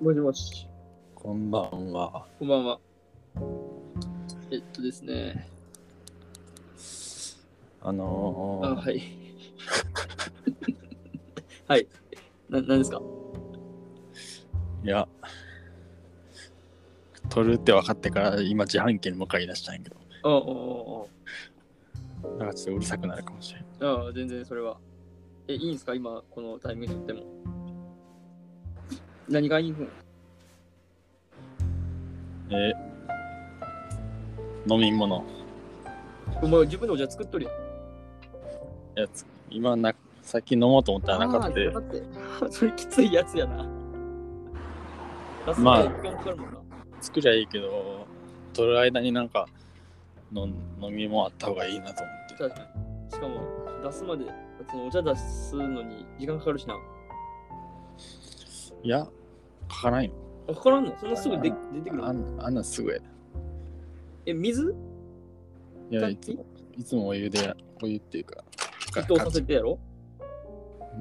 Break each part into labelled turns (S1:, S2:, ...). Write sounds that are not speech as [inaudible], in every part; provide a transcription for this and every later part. S1: もしもし、
S2: こんばんは。
S1: こんばんは。えっとですね。
S2: あ
S1: あ、
S2: のー
S1: はい。 [laughs] はい。な、なんですか
S2: いや、取るって分かってから今自販機に向かい出したんやけど、
S1: ああ
S2: なんかちょっとうるさくなるかもしれん。
S1: あああ、全然それは。え、いいんですか今、このタイミングで言っても。何がいいの
S2: えー飲み物。
S1: お前自分でお茶作っとるやん。
S2: やつ今な、さっき飲もうと思ったらなか
S1: あ
S2: っ
S1: ー
S2: た。
S1: なかった [laughs] それきついやつやな。出す
S2: まあ
S1: まで時間かかるもんな。
S2: 作りゃいいけど、取る間になんかの飲み物あった方がいいなと思って。
S1: 確かに。しかも、出すまで、そのお茶出すのに時間かかるしな。
S2: いや、書かないよ。
S1: あかからんのそんなすぐで出てくる
S2: あ
S1: の
S2: んあんなんすぐやで。
S1: え、水
S2: いや、
S1: さっ
S2: い
S1: き
S2: つもいつもお湯でや、お湯っていうか、
S1: 沸騰させてやろ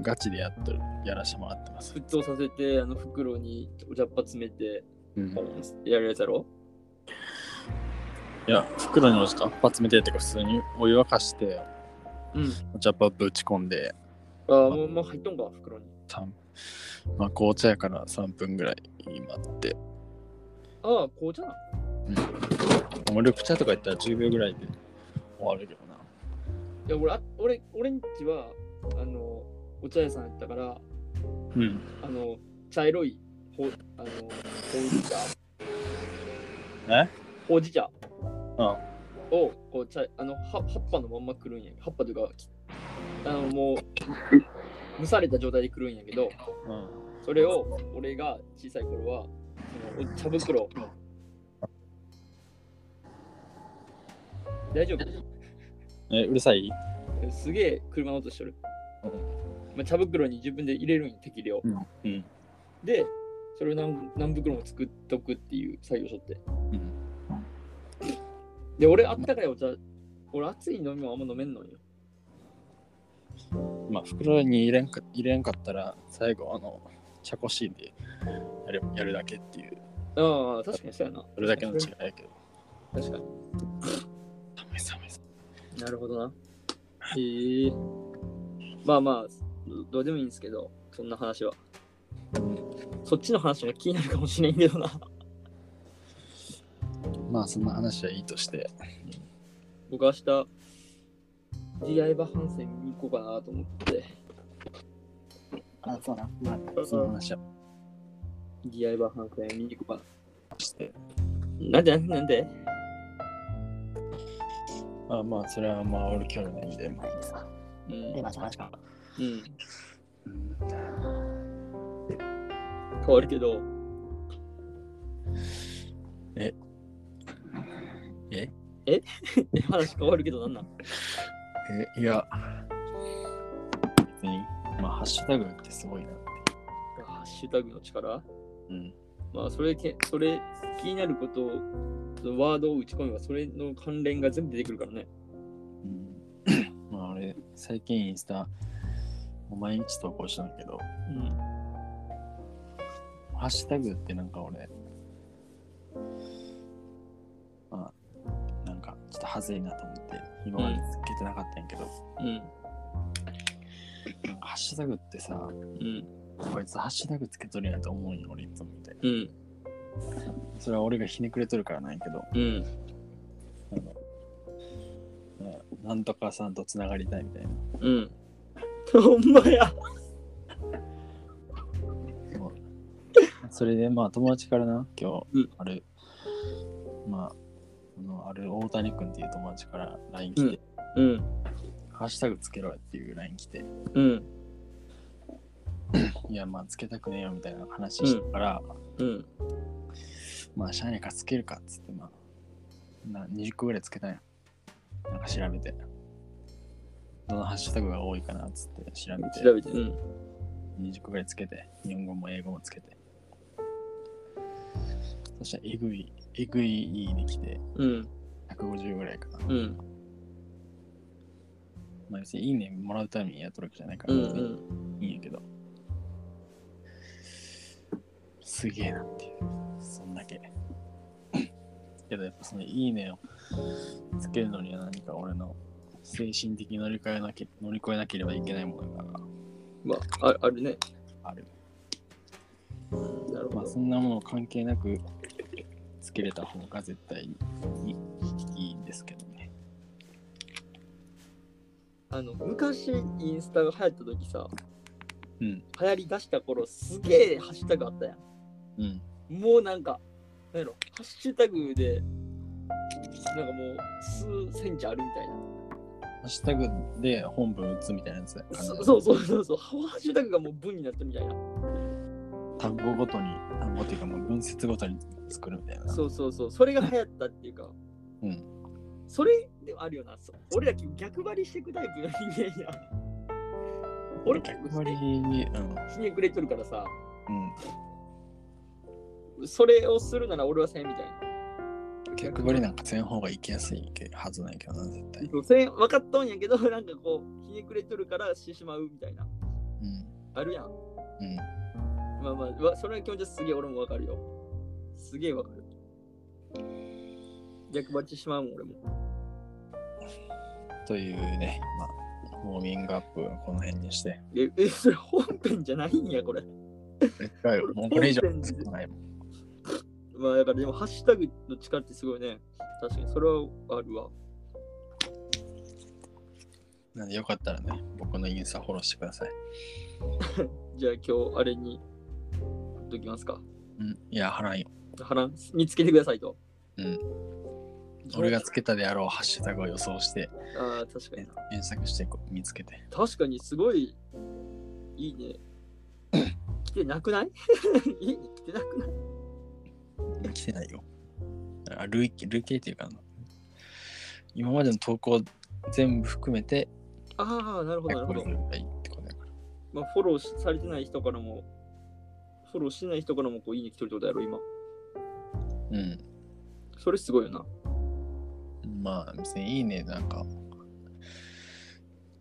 S2: ガチでやっとる、やらしてもらってます。
S1: 沸騰させて、あの袋にお茶っぱ詰めて、
S2: うん
S1: ポンってやるやつやろ
S2: いや、袋にお茶っぱ詰めてってか、普通にお湯沸かして、
S1: うん。
S2: お茶っぱぶち込んで、
S1: あー、もう、もう入っとんか、袋に。
S2: さんまあ、紅茶やから3分ぐらい待って、
S1: ああ、紅茶な。
S2: もう緑茶とか言ったら10秒ぐらいで終わるけどな。
S1: いや、俺、あ俺、俺んちは、あの、お茶屋さんやったから、
S2: うん。
S1: あの、茶色い、ほう、あの、ほうじ茶。
S2: え
S1: ほうじ茶。
S2: うん
S1: を、こう、茶、あの、は葉っぱのまんまくるんや。葉っぱというか、きあの、もう、蒸された状態でくるんやけど、
S2: うん。
S1: それを俺が小さい頃はそのお茶袋大丈夫
S2: え、うるさい
S1: すげえ車の音してる、まあ、茶袋に自分で入れるんよ適量
S2: うん。うん。
S1: でそれを何何袋も作っとくっていう作業しとって
S2: うん。
S1: で俺あったかいお茶俺熱い飲み物あんま飲めんのよ
S2: まあ、袋に入れんか入れんかったら、最後、あの、茶こしでやるやるだけっていう、
S1: ああ確かにそうやな
S2: それだけの違いやけど。
S1: 確かに
S2: 寒い寒い寒
S1: なるほどなへえまあまあどどうでもいいんですけどそんな話はそっちの話が気になるかもしれんけどな。
S2: い。まあ、そんな話はいいとして。
S1: 僕明日、DI バハンセン見に行こうかなと思って。
S2: あ、そうな。まあ、その話は
S1: DI バハンセン見に行こうか
S2: して。
S1: な。なんでなんで
S2: あまあ、それはまあ、俺興味ないんで、まあ、
S1: うん。
S3: で、まあ、その話か。
S1: うん。
S2: うん
S1: 変わるけど。
S2: ええ
S1: え [laughs] 話変わるけどなんなん
S2: え、いや、別に、まあ、ハッシュタグってすごいな。
S1: ハッシュタグの力
S2: うん。
S1: まあそれけ、それ気になることを、そのワードを打ち込めばそれの関連が全部出てくるからね。
S2: うん、まあ、俺、最近インスタ、もう毎日投稿したんだけど、
S1: うん。
S2: ハッシュタグってなんか俺、まあ、なんか、ちょっとはずいなと思って、今までつけてなかったんやけど、
S1: うん。
S2: なんかハッシュタグってさ、
S1: うん。
S2: こいつハッシュタグつけとるやんと思うんよ、俺いつもみたいな。
S1: うん。
S2: それは俺がひねくれとるからなんやけど、
S1: うん。
S2: ねなんとかさんとつながりたいみたいな。
S1: うん。ほんまや。
S2: [laughs] それでまあ友達からな今日、
S1: うん
S2: あるまああのある大谷君っていう友達から LINE 来て、
S1: うん。
S2: ハッシュタグつけろよっていう LINE 来て
S1: うん。
S2: いやまあつけたくねえよみたいな話したから、
S1: うん。
S2: まあシャーネかつけるかっつってまあな20個ぐらいつけたんやなんか調べてどのハッシュタグが多いかなっつって調べて
S1: 調べて。うん。
S2: 20個ぐらいつけて、日本語も英語もつけて。そしたら、えぐい、えぐいいいに来て、
S1: うん。
S2: 150ぐらいかな。
S1: うん。
S2: まあ、別にいいねもらうためにやっとるわけじゃないか
S1: う
S2: ら、
S1: ん。う
S2: 別に
S1: ん。
S2: いいんやけど。すげえなっていう。そんだけ。 [laughs] けどやっぱそのいいねをつけるのには何か俺の精神的に乗り越えなき乗り越えなければいけないものが
S1: まあ、ああるね。
S2: ある。
S1: なる
S2: ま
S1: ほ
S2: あ
S1: ど。
S2: そんなもの関係なくつけれた方が絶対にいいんですけどね。
S1: あの、昔、インスタが流行った時さ、
S2: うん。
S1: 流行り出した頃、すげえハッシュタグあったやん。
S2: うん。
S1: もうなんか、なんやろ、ハッシュタグで、なんかもう、数センチあるみたいな。
S2: ハッシュタグで本文打つみたいなやつだ感じだ
S1: そ
S2: ね
S1: そうそうそうそう、ハッシュタグがもう文になったみたいな。
S2: 単語ごとに単語っていうかもう文節ごとに作るみたいな。
S1: そうそうそう、それが流行ったっていうか、
S2: うん。
S1: それではあるよな。そ俺ら結構逆張りしてくタイプの人間や。俺結
S2: 逆
S1: 構
S2: 張りに、うん。
S1: ひねくれてるからさ、
S2: うん。
S1: それをするなら俺はせんみたいな。
S2: 逆張りなんかせん方が行きやすいけはずないけどな、絶対。
S1: そうせん分かっとんやけど、 [laughs] なんかこう、ひねくれとるからしてしまうみたいな。
S2: うん。
S1: あるやん。
S2: うん。
S1: まあまあ、わそれの気持ちはすげえ俺もわかるよ。すげえわかる。逆張りしてしまうもん、俺も。
S2: というね、まあ、ウォーミングアップはこの辺にして。
S1: え、えそれ本編じゃないんや、これ。
S2: 一回もうこれ以上少ないもん。
S1: まあだからでもハッシュタグの力ってすごいね。確かにそれはあるわ。
S2: なんでよかったらね、僕のインスタフォローしてください。
S1: じゃあ今日あれに貼っときますか。
S2: うん。いや、払んよ。
S1: 腹見つけてくださいと。
S2: うん。俺がつけたであろうハッシュタグを予想して、
S1: ああ、確かに
S2: ね
S1: な。
S2: 検索してこ見つけて。
S1: 確かにすごいいいね。来てなくない [laughs] 家に来てなくない
S2: 来てないよ。あ累計累計っていうかあの今までの投稿全部含めて
S1: ああ、なるほど、なるほど。
S2: 150回ってことだから。
S1: まあ、フォローしされてない人からも、フォローしてない人からもこういいね来てるってことやろ、今。
S2: うん。
S1: それすごいよな。
S2: まあ別にいいね、なんか。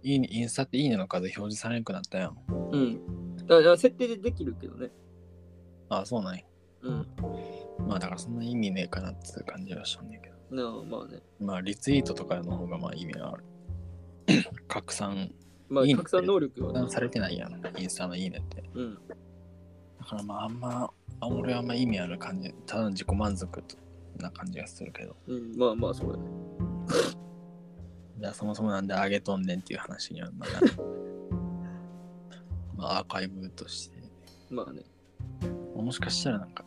S2: いいね、インスタっていいねの数表示されなくなったやん。
S1: うん。だから設定でできるけどね。
S2: ああ、そうなんや。
S1: うん。
S2: まあだからそんな意味ねえかなっていう感じはしたんだけど。
S1: なあ、まあね。
S2: まあリツイートとかの方がまあ意味はある。 [coughs] 拡散、
S1: まあ、
S2: いいね
S1: 拡散能力は
S2: 拡
S1: な
S2: 散されてないやん。インスタのいいねって。
S1: うん。
S2: だからまああんま、あ俺はあんま意味ある感じ、ただの自己満足とな感じがするけど。
S1: うん、まあまあ、そうだね。
S2: じゃあそもそもなんで上げとんねんっていう話にはまだ [laughs] まあアーカイブとして
S1: まあね。
S2: もしかしたらなんか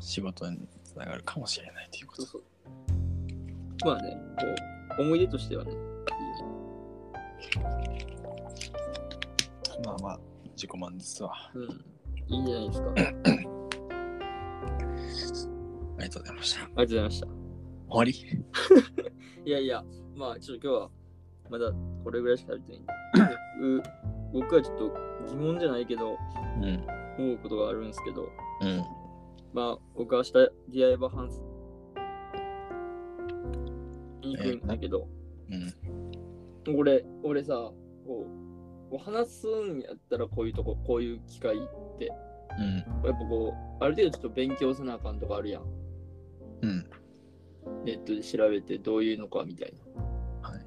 S2: 仕事につながるかもしれないというこ
S1: そう
S2: と
S1: そう。まあね、こう、思い出としてはね、いいよね。
S2: まあまあ自己満ですわ
S1: うん。いいんじゃないですか。あり
S2: ありがとうございました終
S1: がとうございました。
S2: わり
S1: いやいや、まあ、ちょっと今日は、まだこれぐらいしか喋ってないんでう [coughs] 僕はちょっと疑問じゃないけど、
S2: うん
S1: 思うことがあるんですけど、
S2: うん
S1: まあ、僕は明日、ディアイバーハンスに行くんだけど、
S2: うん
S1: 俺、俺さ、こう、こう話すんやったらこういうとこ、こういう機会
S2: うん
S1: やっぱこう、ある程度ちょっと勉強せなあかんとかあるやん。
S2: うん
S1: ネットで調べてどういうのかみたい
S2: はい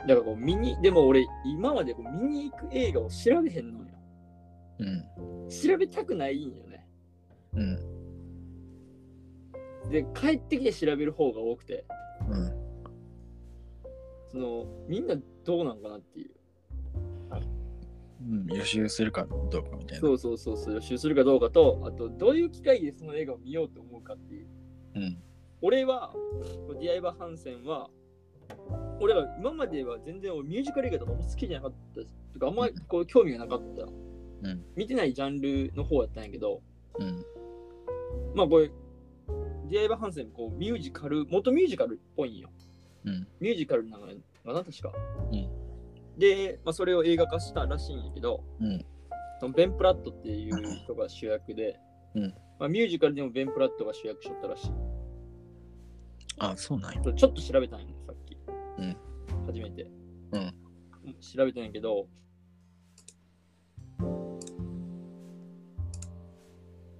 S1: な。だからこう、見に、でも俺、今までこう見に行く映画を調べへんのよ。
S2: うん
S1: 調べたくないんよね。
S2: うん
S1: で、帰ってきて調べる方が多くて、
S2: うん
S1: その、みんなどうなんかなっていう。
S2: うん予習するかどうかみたいな
S1: そうそうそうそう、予習するかどうかと、あと、どういう機会でその映画を見ようと思うかっていう。
S2: うん
S1: 俺は、ディアイバ・ハンセンは、俺は今までは全然俺ミュージカル映画とかも好きじゃなかったし、とかあんまりこう興味がなかった、
S2: ん
S1: 見てないジャンルの方やったんやけど、
S2: うん
S1: まあこれ、ディアイバ・ハンセンこうミュージカル、元ミュージカルっぽいんよ。
S2: うん
S1: ミュージカルなのかな、確か。
S2: うん
S1: で、まあ、それを映画化したらしいんやけど、
S2: うん
S1: そのベン・プラットっていう人が主役で、
S2: うん
S1: まあ、ミュージカルでもベン・プラットが主役しとったらしい。
S2: あそうなんや
S1: ちょっと調べたんよ、さっき。
S2: うん
S1: 初めて。
S2: うん
S1: 調べたんやけど、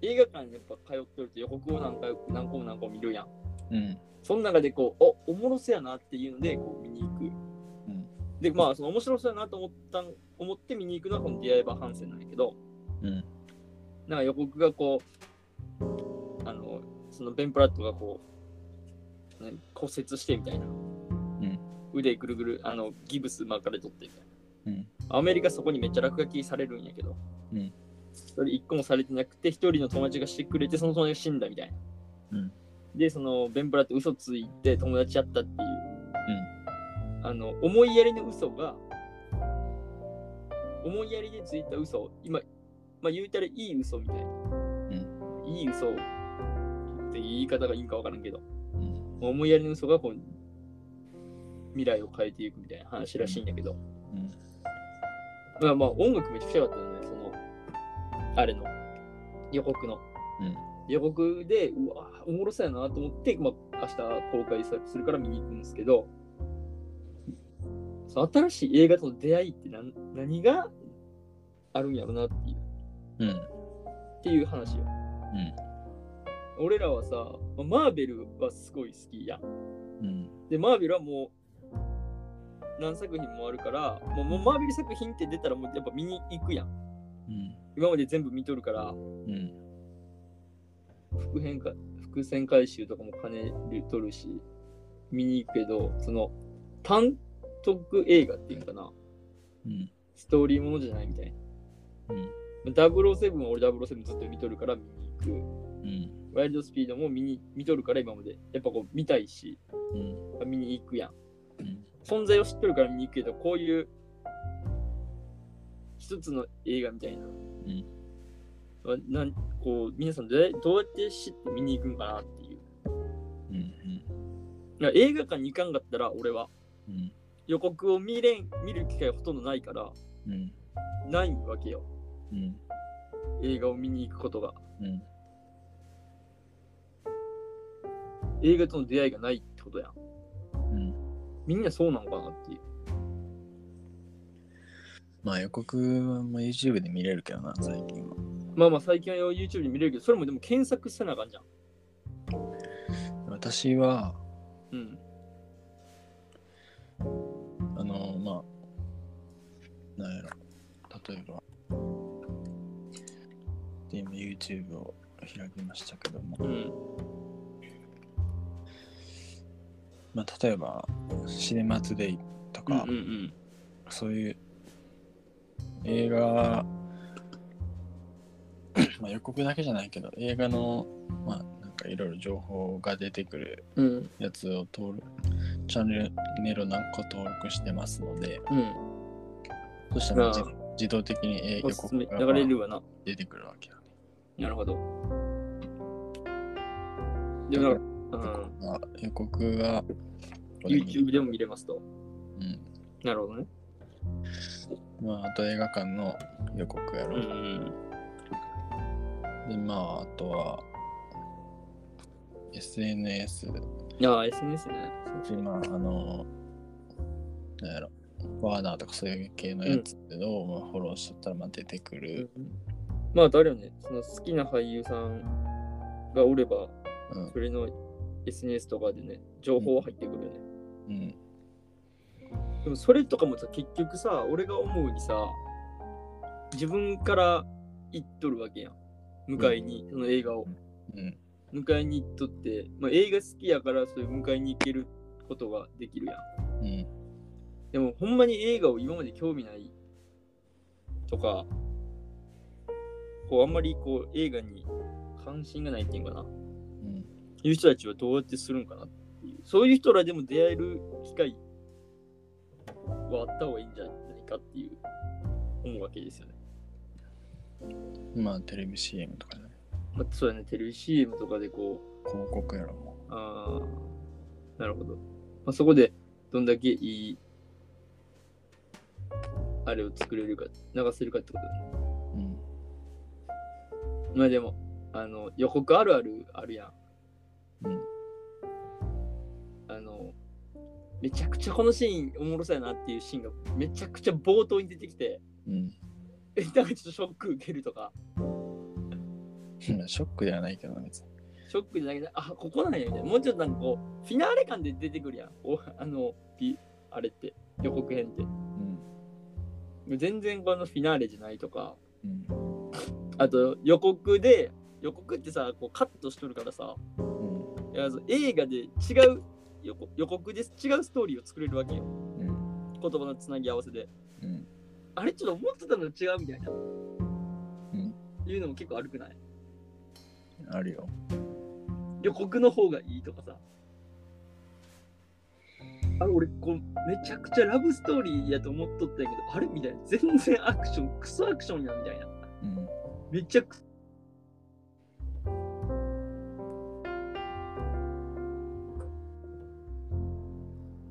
S1: 映画館にやっぱ通ってると予告を何回何個も何個も見るやん。
S2: うん。
S1: その中でこう、おおもろそうやなっていうのでこう見に行く。
S2: うん
S1: で、まあ、その面白そうやなと思ったん思って見に行くのはこのディアエバーハンセンなんやけど、
S2: うん。
S1: なんか予告がこう、あの、そのベン・プラットがこう、何骨折してみたいな。
S2: ん
S1: 腕ぐるぐる、あの、ギブス巻かれとってみたいな。
S2: うん。
S1: アメリカそこにめっちゃ落書きされるんやけど、
S2: うん
S1: それ一個もされてなくて、一人の友達がしてくれて、その友達が死んだみたいな。
S2: うん
S1: で、そのベンブラって嘘ついて友達やったっていう、あの、思いやりの嘘が、思いやりでついた嘘、今、まあ、言うたらいい嘘みたいな。いい嘘って言い方がいいんかわからんけど、
S2: うん。
S1: 思いやりの嘘がこう未来を変えていくみたいな話らしいんだけど、
S2: うん。
S1: まあまあ音楽めちゃくちゃ良かったよね、その、あれの、予告の。
S2: うん。
S1: 予告で、うわ、おもろそうやなと思って、まあ明日公開さするから見に行くんですけど、その新しい映画との出会いって何何があるんやろなっていう
S2: うん。
S1: っていう話よ。俺らはさ、まあマーベルはすごい好きやん。
S2: うん。
S1: で、マーベルはもう何作品もあるから、もうもうマーベル作品って出たらもうやっぱ見に行くやん。
S2: うん。
S1: 今まで全部見とるから、
S2: うん。
S1: 伏線か伏線回収とかも兼ねとるし見に行くけどその単独映画っていうのかな
S2: うん。
S1: ストーリーものじゃないみたい
S2: うん。
S1: な007は俺007ずっと見とるから見に行
S2: うん。
S1: くワイルドスピードも見に見とるから今までやっぱこう見たいし
S2: うん。
S1: 見に行くやん
S2: うん。
S1: 存在を知っとるから見に行くけどこういう一つの映画みたいな、なんこう皆さんどうやどうやって知って見に行くんかなっていう
S2: うん。
S1: いや映画館に行かんかったら俺は
S2: うん。
S1: 予告を見れん見る機会ほとんどないから
S2: うん。
S1: ないわけよ
S2: うん。
S1: 映画を見に行くことが
S2: うん。
S1: 映画との出会いがないってことやん
S2: うん。
S1: みんなそうなのかなっていう
S2: まあ予告も YouTube で見れるけどな、最近は。
S1: まあまあ最近は YouTube で見れるけどそれもでも検索せなあかんじゃん
S2: 私は、
S1: うん
S2: あの、まあ、なんやろ、例えば、で、今 YouTube を開きましたけども、
S1: うん
S2: まあ、例えば、シネマトゥデイと
S1: うん
S2: か、
S1: うん
S2: そういう映画、 [coughs] まあ、予告だけじゃないけど、映画の、まあ、なんかいろいろ情報が出てくる
S1: うんうん
S2: やつを登録、チャンネルを何個登録してますので、
S1: うん
S2: そした
S1: あ
S2: ら
S1: あ
S2: 自自動的にえ
S1: お
S2: 予
S1: すす
S2: 告
S1: め
S2: が
S1: 流れるわな
S2: 出てくるわけよね。
S1: なるほどでもなんか、
S2: まあ、予告が、
S1: うん、YouTube でも見れますと
S2: うん
S1: なるほどね
S2: まあ、あと映画館の予告や
S1: う
S2: ろ。
S1: んうん
S2: で、まあ、あとは、SNS、
S1: いや SNS ね
S2: でまあ、あの、なんやろ、ワーナーとかそういう系のやつを、まあ、フォローしとったらまあ出てくる。
S1: まあ、あとあれよね、その好きな俳優さんがおれば、
S2: うん
S1: それの SNS とかでね、情報は入ってくるよね。
S2: うん。
S1: でもそれとかもさ、結局さ、俺が思うにさ、自分から行っとるわけやん。迎えに、その映画を。
S2: うん。
S1: 迎えに行っとって、まあ、映画好きやから、そういう迎えに行けることができるやん。
S2: うん。
S1: でもほんまに映画を今まで興味ないとか、こうあんまりこう映画に関心がないっていうのかな、
S2: うん。
S1: いう人たちはどうやってするんかなっていう、そういう人らでも出会える機会はあった方がいいんじゃないかっていう思うわけですよね。
S2: まあ、テレビ CM とかね。
S1: まあ、そうやね、テレビ CM とかでこう、
S2: 広告やろ、も
S1: ああ、なるほど。まあ、そこでどんだけいい、あれを作れるか、流せるかってことだね。
S2: う。うん。
S1: まあでも、あの、予告あるあるあるや
S2: うん。
S1: ん。あの、めちゃくちゃこのシーンおもろそうやなっていうシーンがめちゃくちゃ冒頭に出てきて、
S2: うん。 [laughs]
S1: え、なんかちょっとショック受けるとか。
S2: うんショックではないけどな別に。
S1: ショックじゃなくて、あ、ここなんやみたいな。もうちょっとなんかこう、フィナーレ感で出てくるやん。おあの、ピあれって、予告編って。
S2: うん。
S1: 全然このフィナーレじゃないとか、
S2: うん。
S1: あと予告で、予告ってさ、こうカットしとるからさ、
S2: うん
S1: いやそう映画で違う予告予告で違うストーリーを作れるわけよ。
S2: うん。
S1: 言葉のつなぎ合わせで。
S2: うん。
S1: あれちょっと思ってたのと違うみたいな。
S2: ん
S1: いうのも結構悪くない
S2: あるよ。
S1: 予告の方がいいとかさ。あれ俺こうめちゃくちゃラブストーリーやと思っとったんやけど、あれみたいな。全然アクション、クソアクションやみたいな。
S2: うん。
S1: めちゃく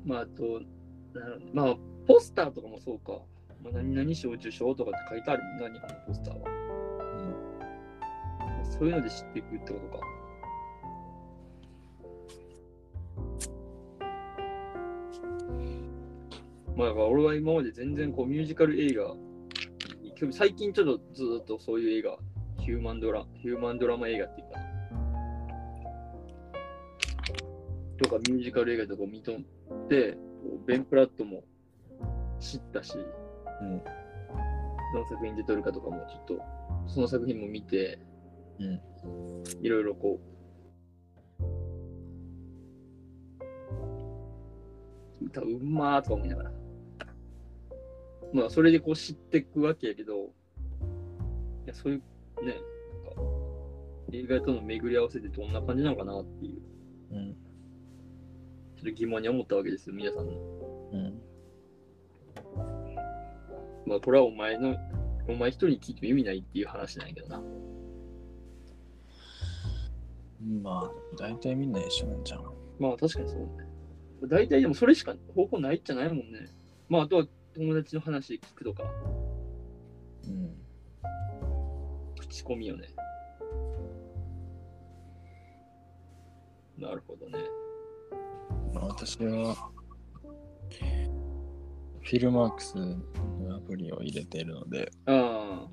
S1: まああとなまあポスターとかもそうか、まあ、何々賞受賞とかって書いてあるもんな日本のポスターは
S2: うん。
S1: そういうので知っていくってことかまあだから俺は今まで全然こうミュージカル映画に興味最近ちょっとずっとそういう映画ヒューマンドラヒューマンドラマ映画っていうかとかミュージカル映画とか見とってこうベン・プラットも知ったし、
S2: うん
S1: どの作品出とるかとかもちょっとその作品も見て、
S2: うん
S1: いろいろこう、歌うまーとか思いながら。まあ、それでこう知っていくわけやけど、いや、そういうね、なんか、映画との巡り合わせでどんな感じなのかなっていう、
S2: うん。
S1: ちょっと疑問に思ったわけですよ、皆さんの。
S2: うん。
S1: まあ、これはお前の、お前一人に聞いても意味ないっていう話なんやけどな。
S2: まあ、大体みんな一緒なんじゃん。
S1: まあ確かにそうね。大体でもそれしか方法ないっちゃないもんね。まああとは友達の話聞くとか、
S2: うん。
S1: 口コミよね。なるほどね。
S2: まあ、私は、フィルマークスのアプリを入れているので、
S1: あ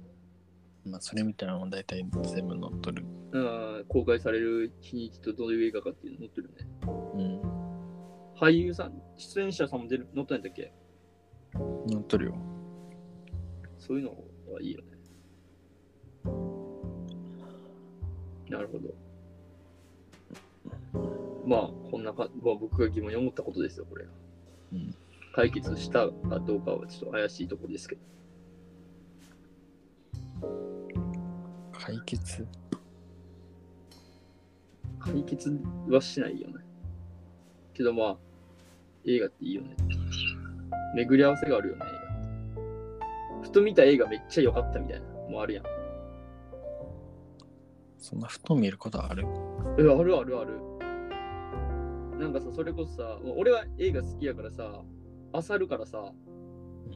S2: まあ、それ見たらもう大体全部載っとる。
S1: あ、ああ公開される日にちとどういう映画かっていうの載ってるね。
S2: うん。
S1: 俳優さん、出演者さんも出る載ったんだっけ
S2: 載っとるよ。
S1: そういうのはいいよね。なるほど。まあ、こんなか、まあ、僕が疑問に思ったことですよ、これ。
S2: うん。
S1: 解決したかどうかはちょっと怪しいところですけど、
S2: 解決
S1: 解決はしないよね。けどまあ、映画っていいよね。巡り合わせがあるよね、映画って。ふと見た映画めっちゃ良かったみたいな、もうあるやん。
S2: そんなふと見ることある
S1: え、あるあるある。なんかさ、それこそさ、俺は映画好きやからさ、あさるからさ、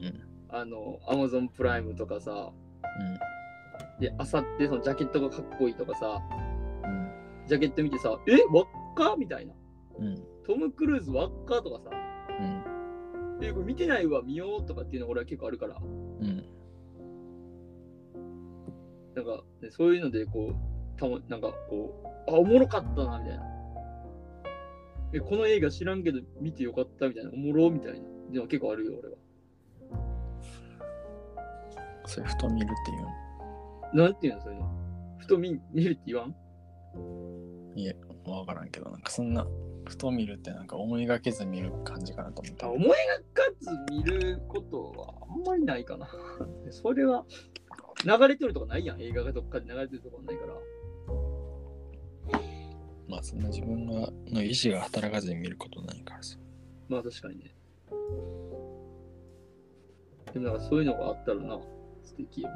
S2: うん。
S1: あの、アマゾンプライムとかさ、で、あさってそのジャケットがかっこいいとかさ、
S2: うん。
S1: ジャケット見てさ、え、輪っかみたいな。
S2: うん。
S1: トム・クルーズ輪っかとかさ、
S2: うん。
S1: え、これ見てないわ、見ようとかっていうの俺は結構あるから、
S2: うん。
S1: なんか、ね、そういうので、こう、たま、なんか、こう、あ、おもろかったな、みたいな。え、この映画知らんけど見てよかった、みたいな、おもろ、みたいな。でも結構あるよ、俺は。
S2: それふと見るっていうの
S1: なんていうの、そういうの。ふと見見るって言わん
S2: わからんけどなんかそんなふと見るってなんか思いがけず見る感じかなと思った
S1: あ思いがかつ見ることはあんまりないか [laughs] な。それは、流れてるとかないやん。映画がどっかで流れてるとかないから。
S2: まあそんな自分がの意志が働かずに見ることないからさ
S1: まあ確かにね。でもなんかそういうのがあったらな、素敵よね。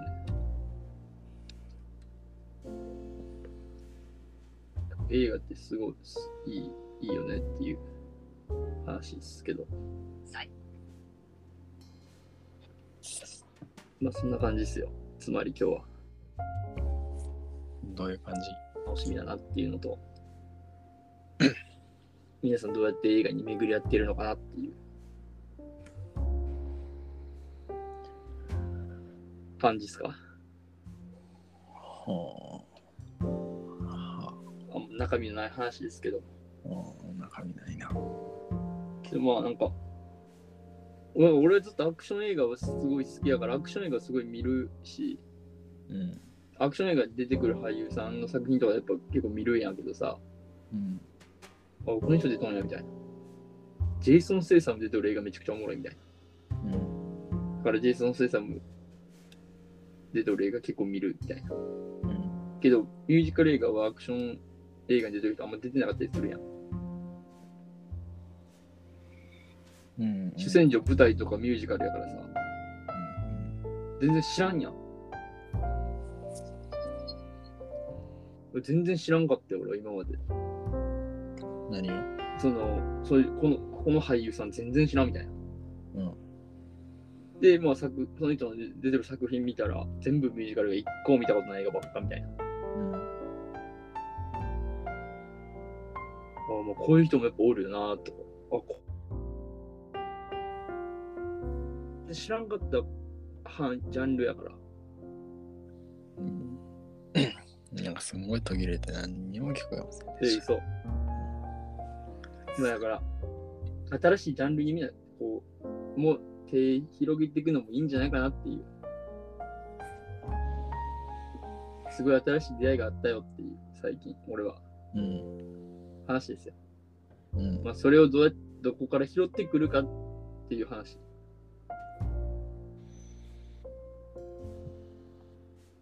S1: 映画ってすごいすいいいいよねっていう話ですけど。まあそんな感じですよ。つまり今日は
S2: どういう感じ
S1: 楽しみだなっていうのと、 [coughs] 皆さんどうやって映画に巡り合っているのかなっていう感じですか
S2: は
S1: あんま中身のない話ですけど、
S2: うん、中身ないな。
S1: けどまあなんか、俺俺はずっとアクション映画はすごい好きやから、アクション映画すごい見るし、
S2: うん。
S1: アクション映画に出てくる俳優さんの作品とかやっぱ結構見るんやけどさ、
S2: うん。
S1: あ、この人出たんやみたいな。ジェイソン・セイさん出てる映画めちゃくちゃおもろいみたいな。だからジェイソン・セイさんも出てる映画結構見るみたいな。
S2: うん。うん。
S1: けど、ミュージカル映画はアクション映画に出てる人あんま出てなかったりするやん。
S2: うん。
S1: 主戦場舞台とかミュージカルやからさ、
S2: うん
S1: 全然知らんやん。俺全然知らんかったよ、俺は今まで。
S2: うん。何を
S1: その、そういう、この、この俳優さん全然知らんみたいな。
S2: うん。
S1: で、まあ、作その人の出てる作品見たら、全部ミュージカルが一個も見たことない映画ばっかみたいな。
S2: うん。
S1: ああ、もうこういう人もやっぱおるよなとか。あこで知らんかったはジャンルやから。
S2: うん。なんかすごい途切れて何にも聞こえませんで
S1: で、
S2: した。
S1: そう。まあだから、新しいジャンルにみんな、こう、もう手広げていくのもいいんじゃないかなっていう。すごい新しい出会いがあったよっていう、最近、俺は。
S2: うん。
S1: 話ですよ。
S2: うん。
S1: まあ、それをどうやどこから拾ってくるかっていう話。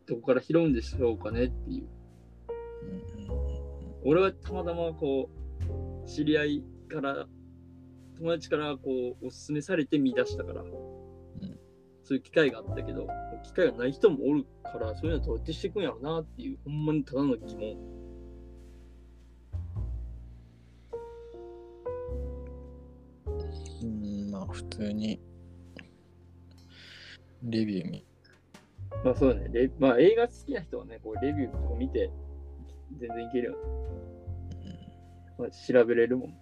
S1: どこから拾うんでしょうかねっていう。俺はたまたまこう知り合いから友達からこうおすすめされて見出したから、そういう機会があったけど機会がない人もおるからそういうのどうやってしていくんやろうなっていうほんまにただの疑問
S2: うん。まあ、普通に、レビュー見
S1: まあそうだねレまあ映画好きな人はねこうレビューとか見て全然いけるよ、まあ、調べれるもん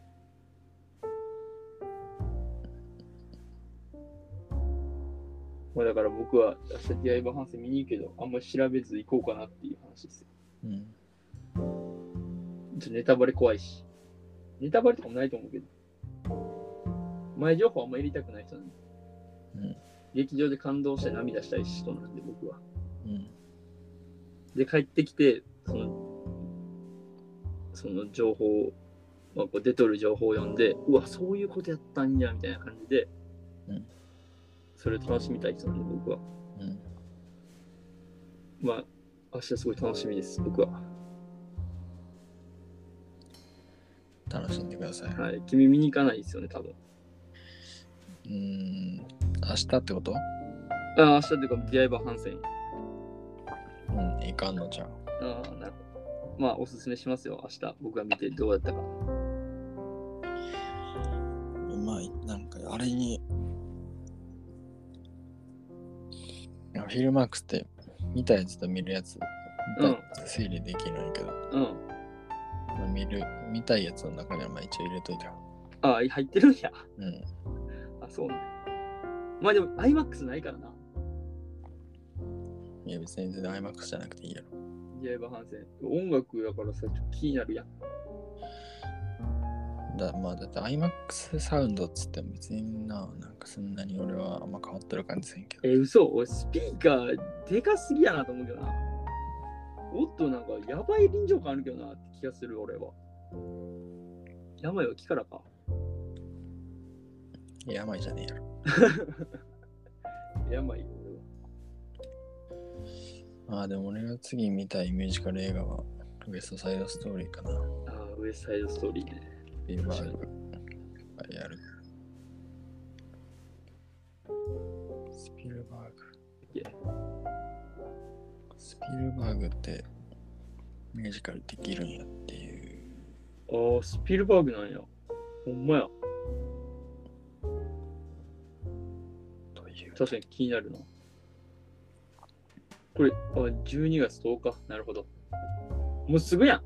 S1: まあだから僕は明日ディアイバーハンセン見に行くけどあんまり調べず行こうかなっていう話ですよ
S2: うん。
S1: ちょっとネタバレ怖いし。ネタバレとかもないと思うけど。前情報あんま入れたくない人なんで。
S2: うん
S1: 劇場で感動して涙したい人なんで、僕は。
S2: うん。
S1: で、帰ってきて、その、その情報を、まあ、こう出とる情報を読んで、うわ、そういうことやったんや、みたいな感じで、
S2: うん
S1: それを楽しみたい人なんで、僕は。
S2: うん。
S1: まあ、明日すごい楽しみです、僕は。
S2: 楽しんでください。
S1: はい。君見に行かないですよね、多分。
S2: うん。明日ってこと
S1: ああ、明日というか、ディアイバーハンセン。
S2: うん。いかんのじゃん。
S1: ああ、なるほど。まあ、おすすめしますよ、明日。僕が見てどうだったか。
S2: まあ、なんか、あれに、いやフィルマークスって、見たやつと見るやつ、
S1: うん
S2: 整理できないけど、
S1: うん。
S2: まあ見る、見たいやつの中にはまあ一応入れといたよ。
S1: ああ、入ってるんや。
S2: うん。
S1: あ、そうね。まあでも、IMAX ないからな。
S2: いや、別に全然 IMAX じゃなくていいやろ。
S1: ディアイバーハンセン。音楽だからさ、ちょっと気になるやん。
S2: だまあ、だって IMAX サウンドっつっても別にな、なんかそんなに俺はあんま変わってる感じせんけど。
S1: えー、嘘俺、スピーカー、でかすぎやなと思うけどな。おっと、なんか、やばい臨場感あるけどなって気がする、俺は。病は気からか。
S2: いや病じゃねえやろ。
S1: 病よ、俺は。
S2: まあ、でも俺が次見たいミュージカル映画は、ウエストサイドストーリーかな。
S1: ああ、ウエストサイドストーリーね。
S2: ビルバーグやる。スピルバーグ
S1: いけ。
S2: スピルバーグってミュージカルできるんやっていう。
S1: ああ、スピルバーグなんや。ほんまや。
S2: という。
S1: 確かに気になるな。これ、あ12月10日。なるほど。もうすぐやん。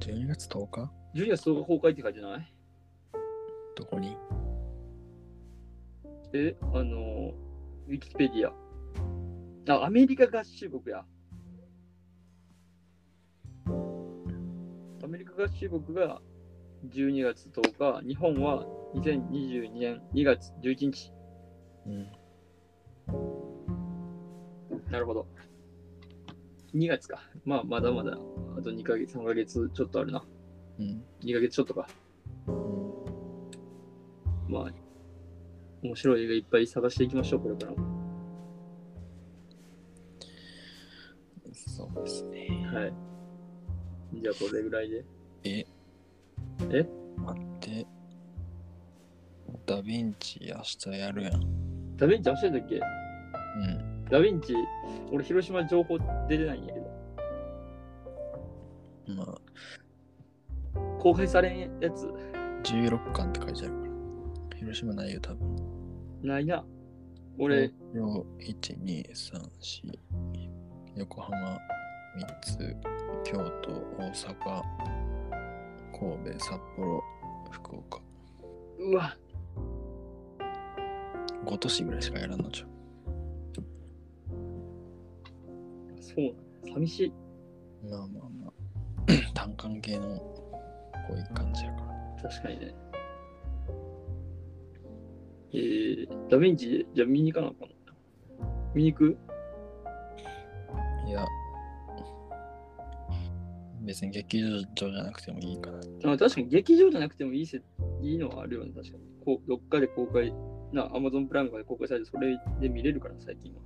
S2: 12月10日
S1: 12月10日公開って書いてない
S2: どこに
S1: え、あのー、ウィキペディア。あ、アメリカ合衆国や。メリカ合衆国が12月10日、日本は2022年2月11日。
S2: うん。
S1: なるほど。2月か。まあ、まだまだ、あと2ヶ月、3ヶ月ちょっとあるな。
S2: うん。
S1: 2ヶ月ちょっとか。
S2: うん
S1: まあ、面白い映画いっぱい探していきましょう、これからも。
S2: そうですね。
S1: はい。じゃあ、これぐらいで。
S2: え
S1: え
S2: 待って。ダヴィンチ明日やるやん。う
S1: ダヴィンチ明日だっけ
S2: ん。
S1: ダヴィンチ、俺、広島情報出てないんやけど、
S2: まあ、
S1: 公開されんやつ、
S2: 16巻って書いてあるから。広島内容多分。
S1: ないな。俺、
S2: 東京1234横浜3つ京都大阪神戸札幌福岡
S1: うわ、
S2: 5都市ぐらいしかやらんのちゃう
S1: そうなんだ寂しい。
S2: まあまあまあ [clears throat] 単管系のこういう感じやから
S1: 確かにね。えー、ダヴィンチ、じゃあ見に行かなあかんの見に行く
S2: いや別に劇場じゃなくてもいいかな
S1: あ確かに劇場じゃなくてもいいせいいのはあるよね、確かに。こうどっかで公開、な、アマゾンプライムとかで公開されて、それで見れるから、最近は。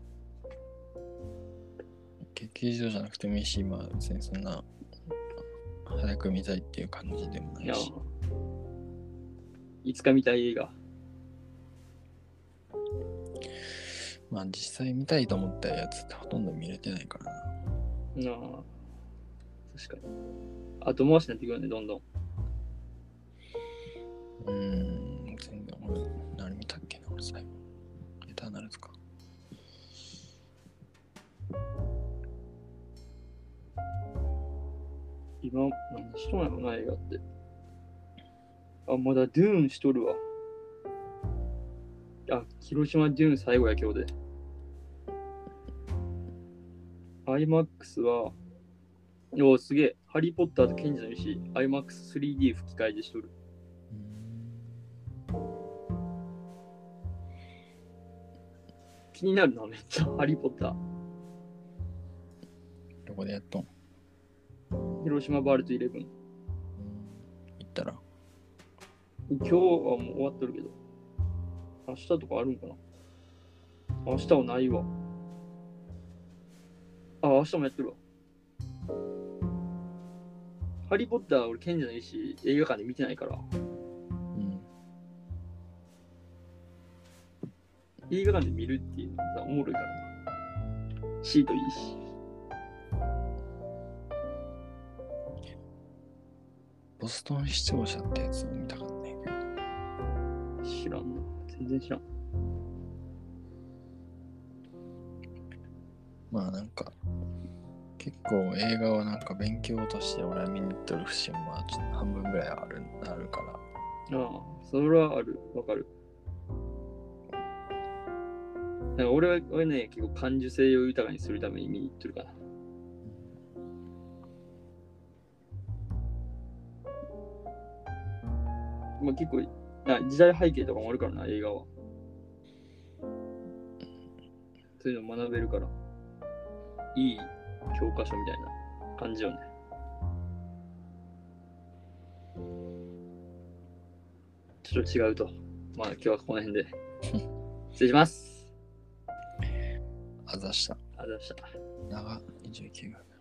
S2: 劇場じゃなくてもいいしまあ別にそんな早く見たいっていう感じでもないい
S1: や
S2: し、
S1: いつか見たい映画。
S2: まあ実際見たいと思ったやつってほとんど見れてないからな。
S1: なあ、確かに。後回しになってくるね、どんどん。
S2: うーん、全然俺、何見たっけな、俺最後。エターナルズか。
S1: 今、何しとんやろな、映画って。あ、まだデューンしとるわ。あ、広島デューン最後や、今日で。IMAX は、おお、すげえ。ハリー・ポッターとケンジの石、IMAX3D 吹き替えでしとる。気になるな、めっちゃ。ハリー・ポッター。
S2: どこでやっとん
S1: 広島バールト11。
S2: 行ったら。
S1: 今日はもう終わっとるけど。明日とかあるんかな明日はないわ。あ、明日もやってるわ。ハリー・ポッター俺賢者の石映画館で見てないから。
S2: うん。
S1: 映画館で見るっていうのはおもろいからな。シートいいし。
S2: ボストン視聴者ってやつを見たかったんやけど。
S1: 知らんな。全然知らん。
S2: まあなんか、結構映画はなんか勉強として俺は見に行っとる節もまあちょっと半分ぐらいあるあるから。
S1: ああ、それはある。わかる。なんか俺は俺ね、結構感受性を豊かにするために見に行ってるかな。まあ、結構な時代背景とかもあるからな、映画は。そういうの学べるから、いい教科書みたいな感じよね。ちょっと違うと。まあ今日はこの辺で。失礼します。
S2: あざした。
S1: ありがとうございました。
S2: 長29分。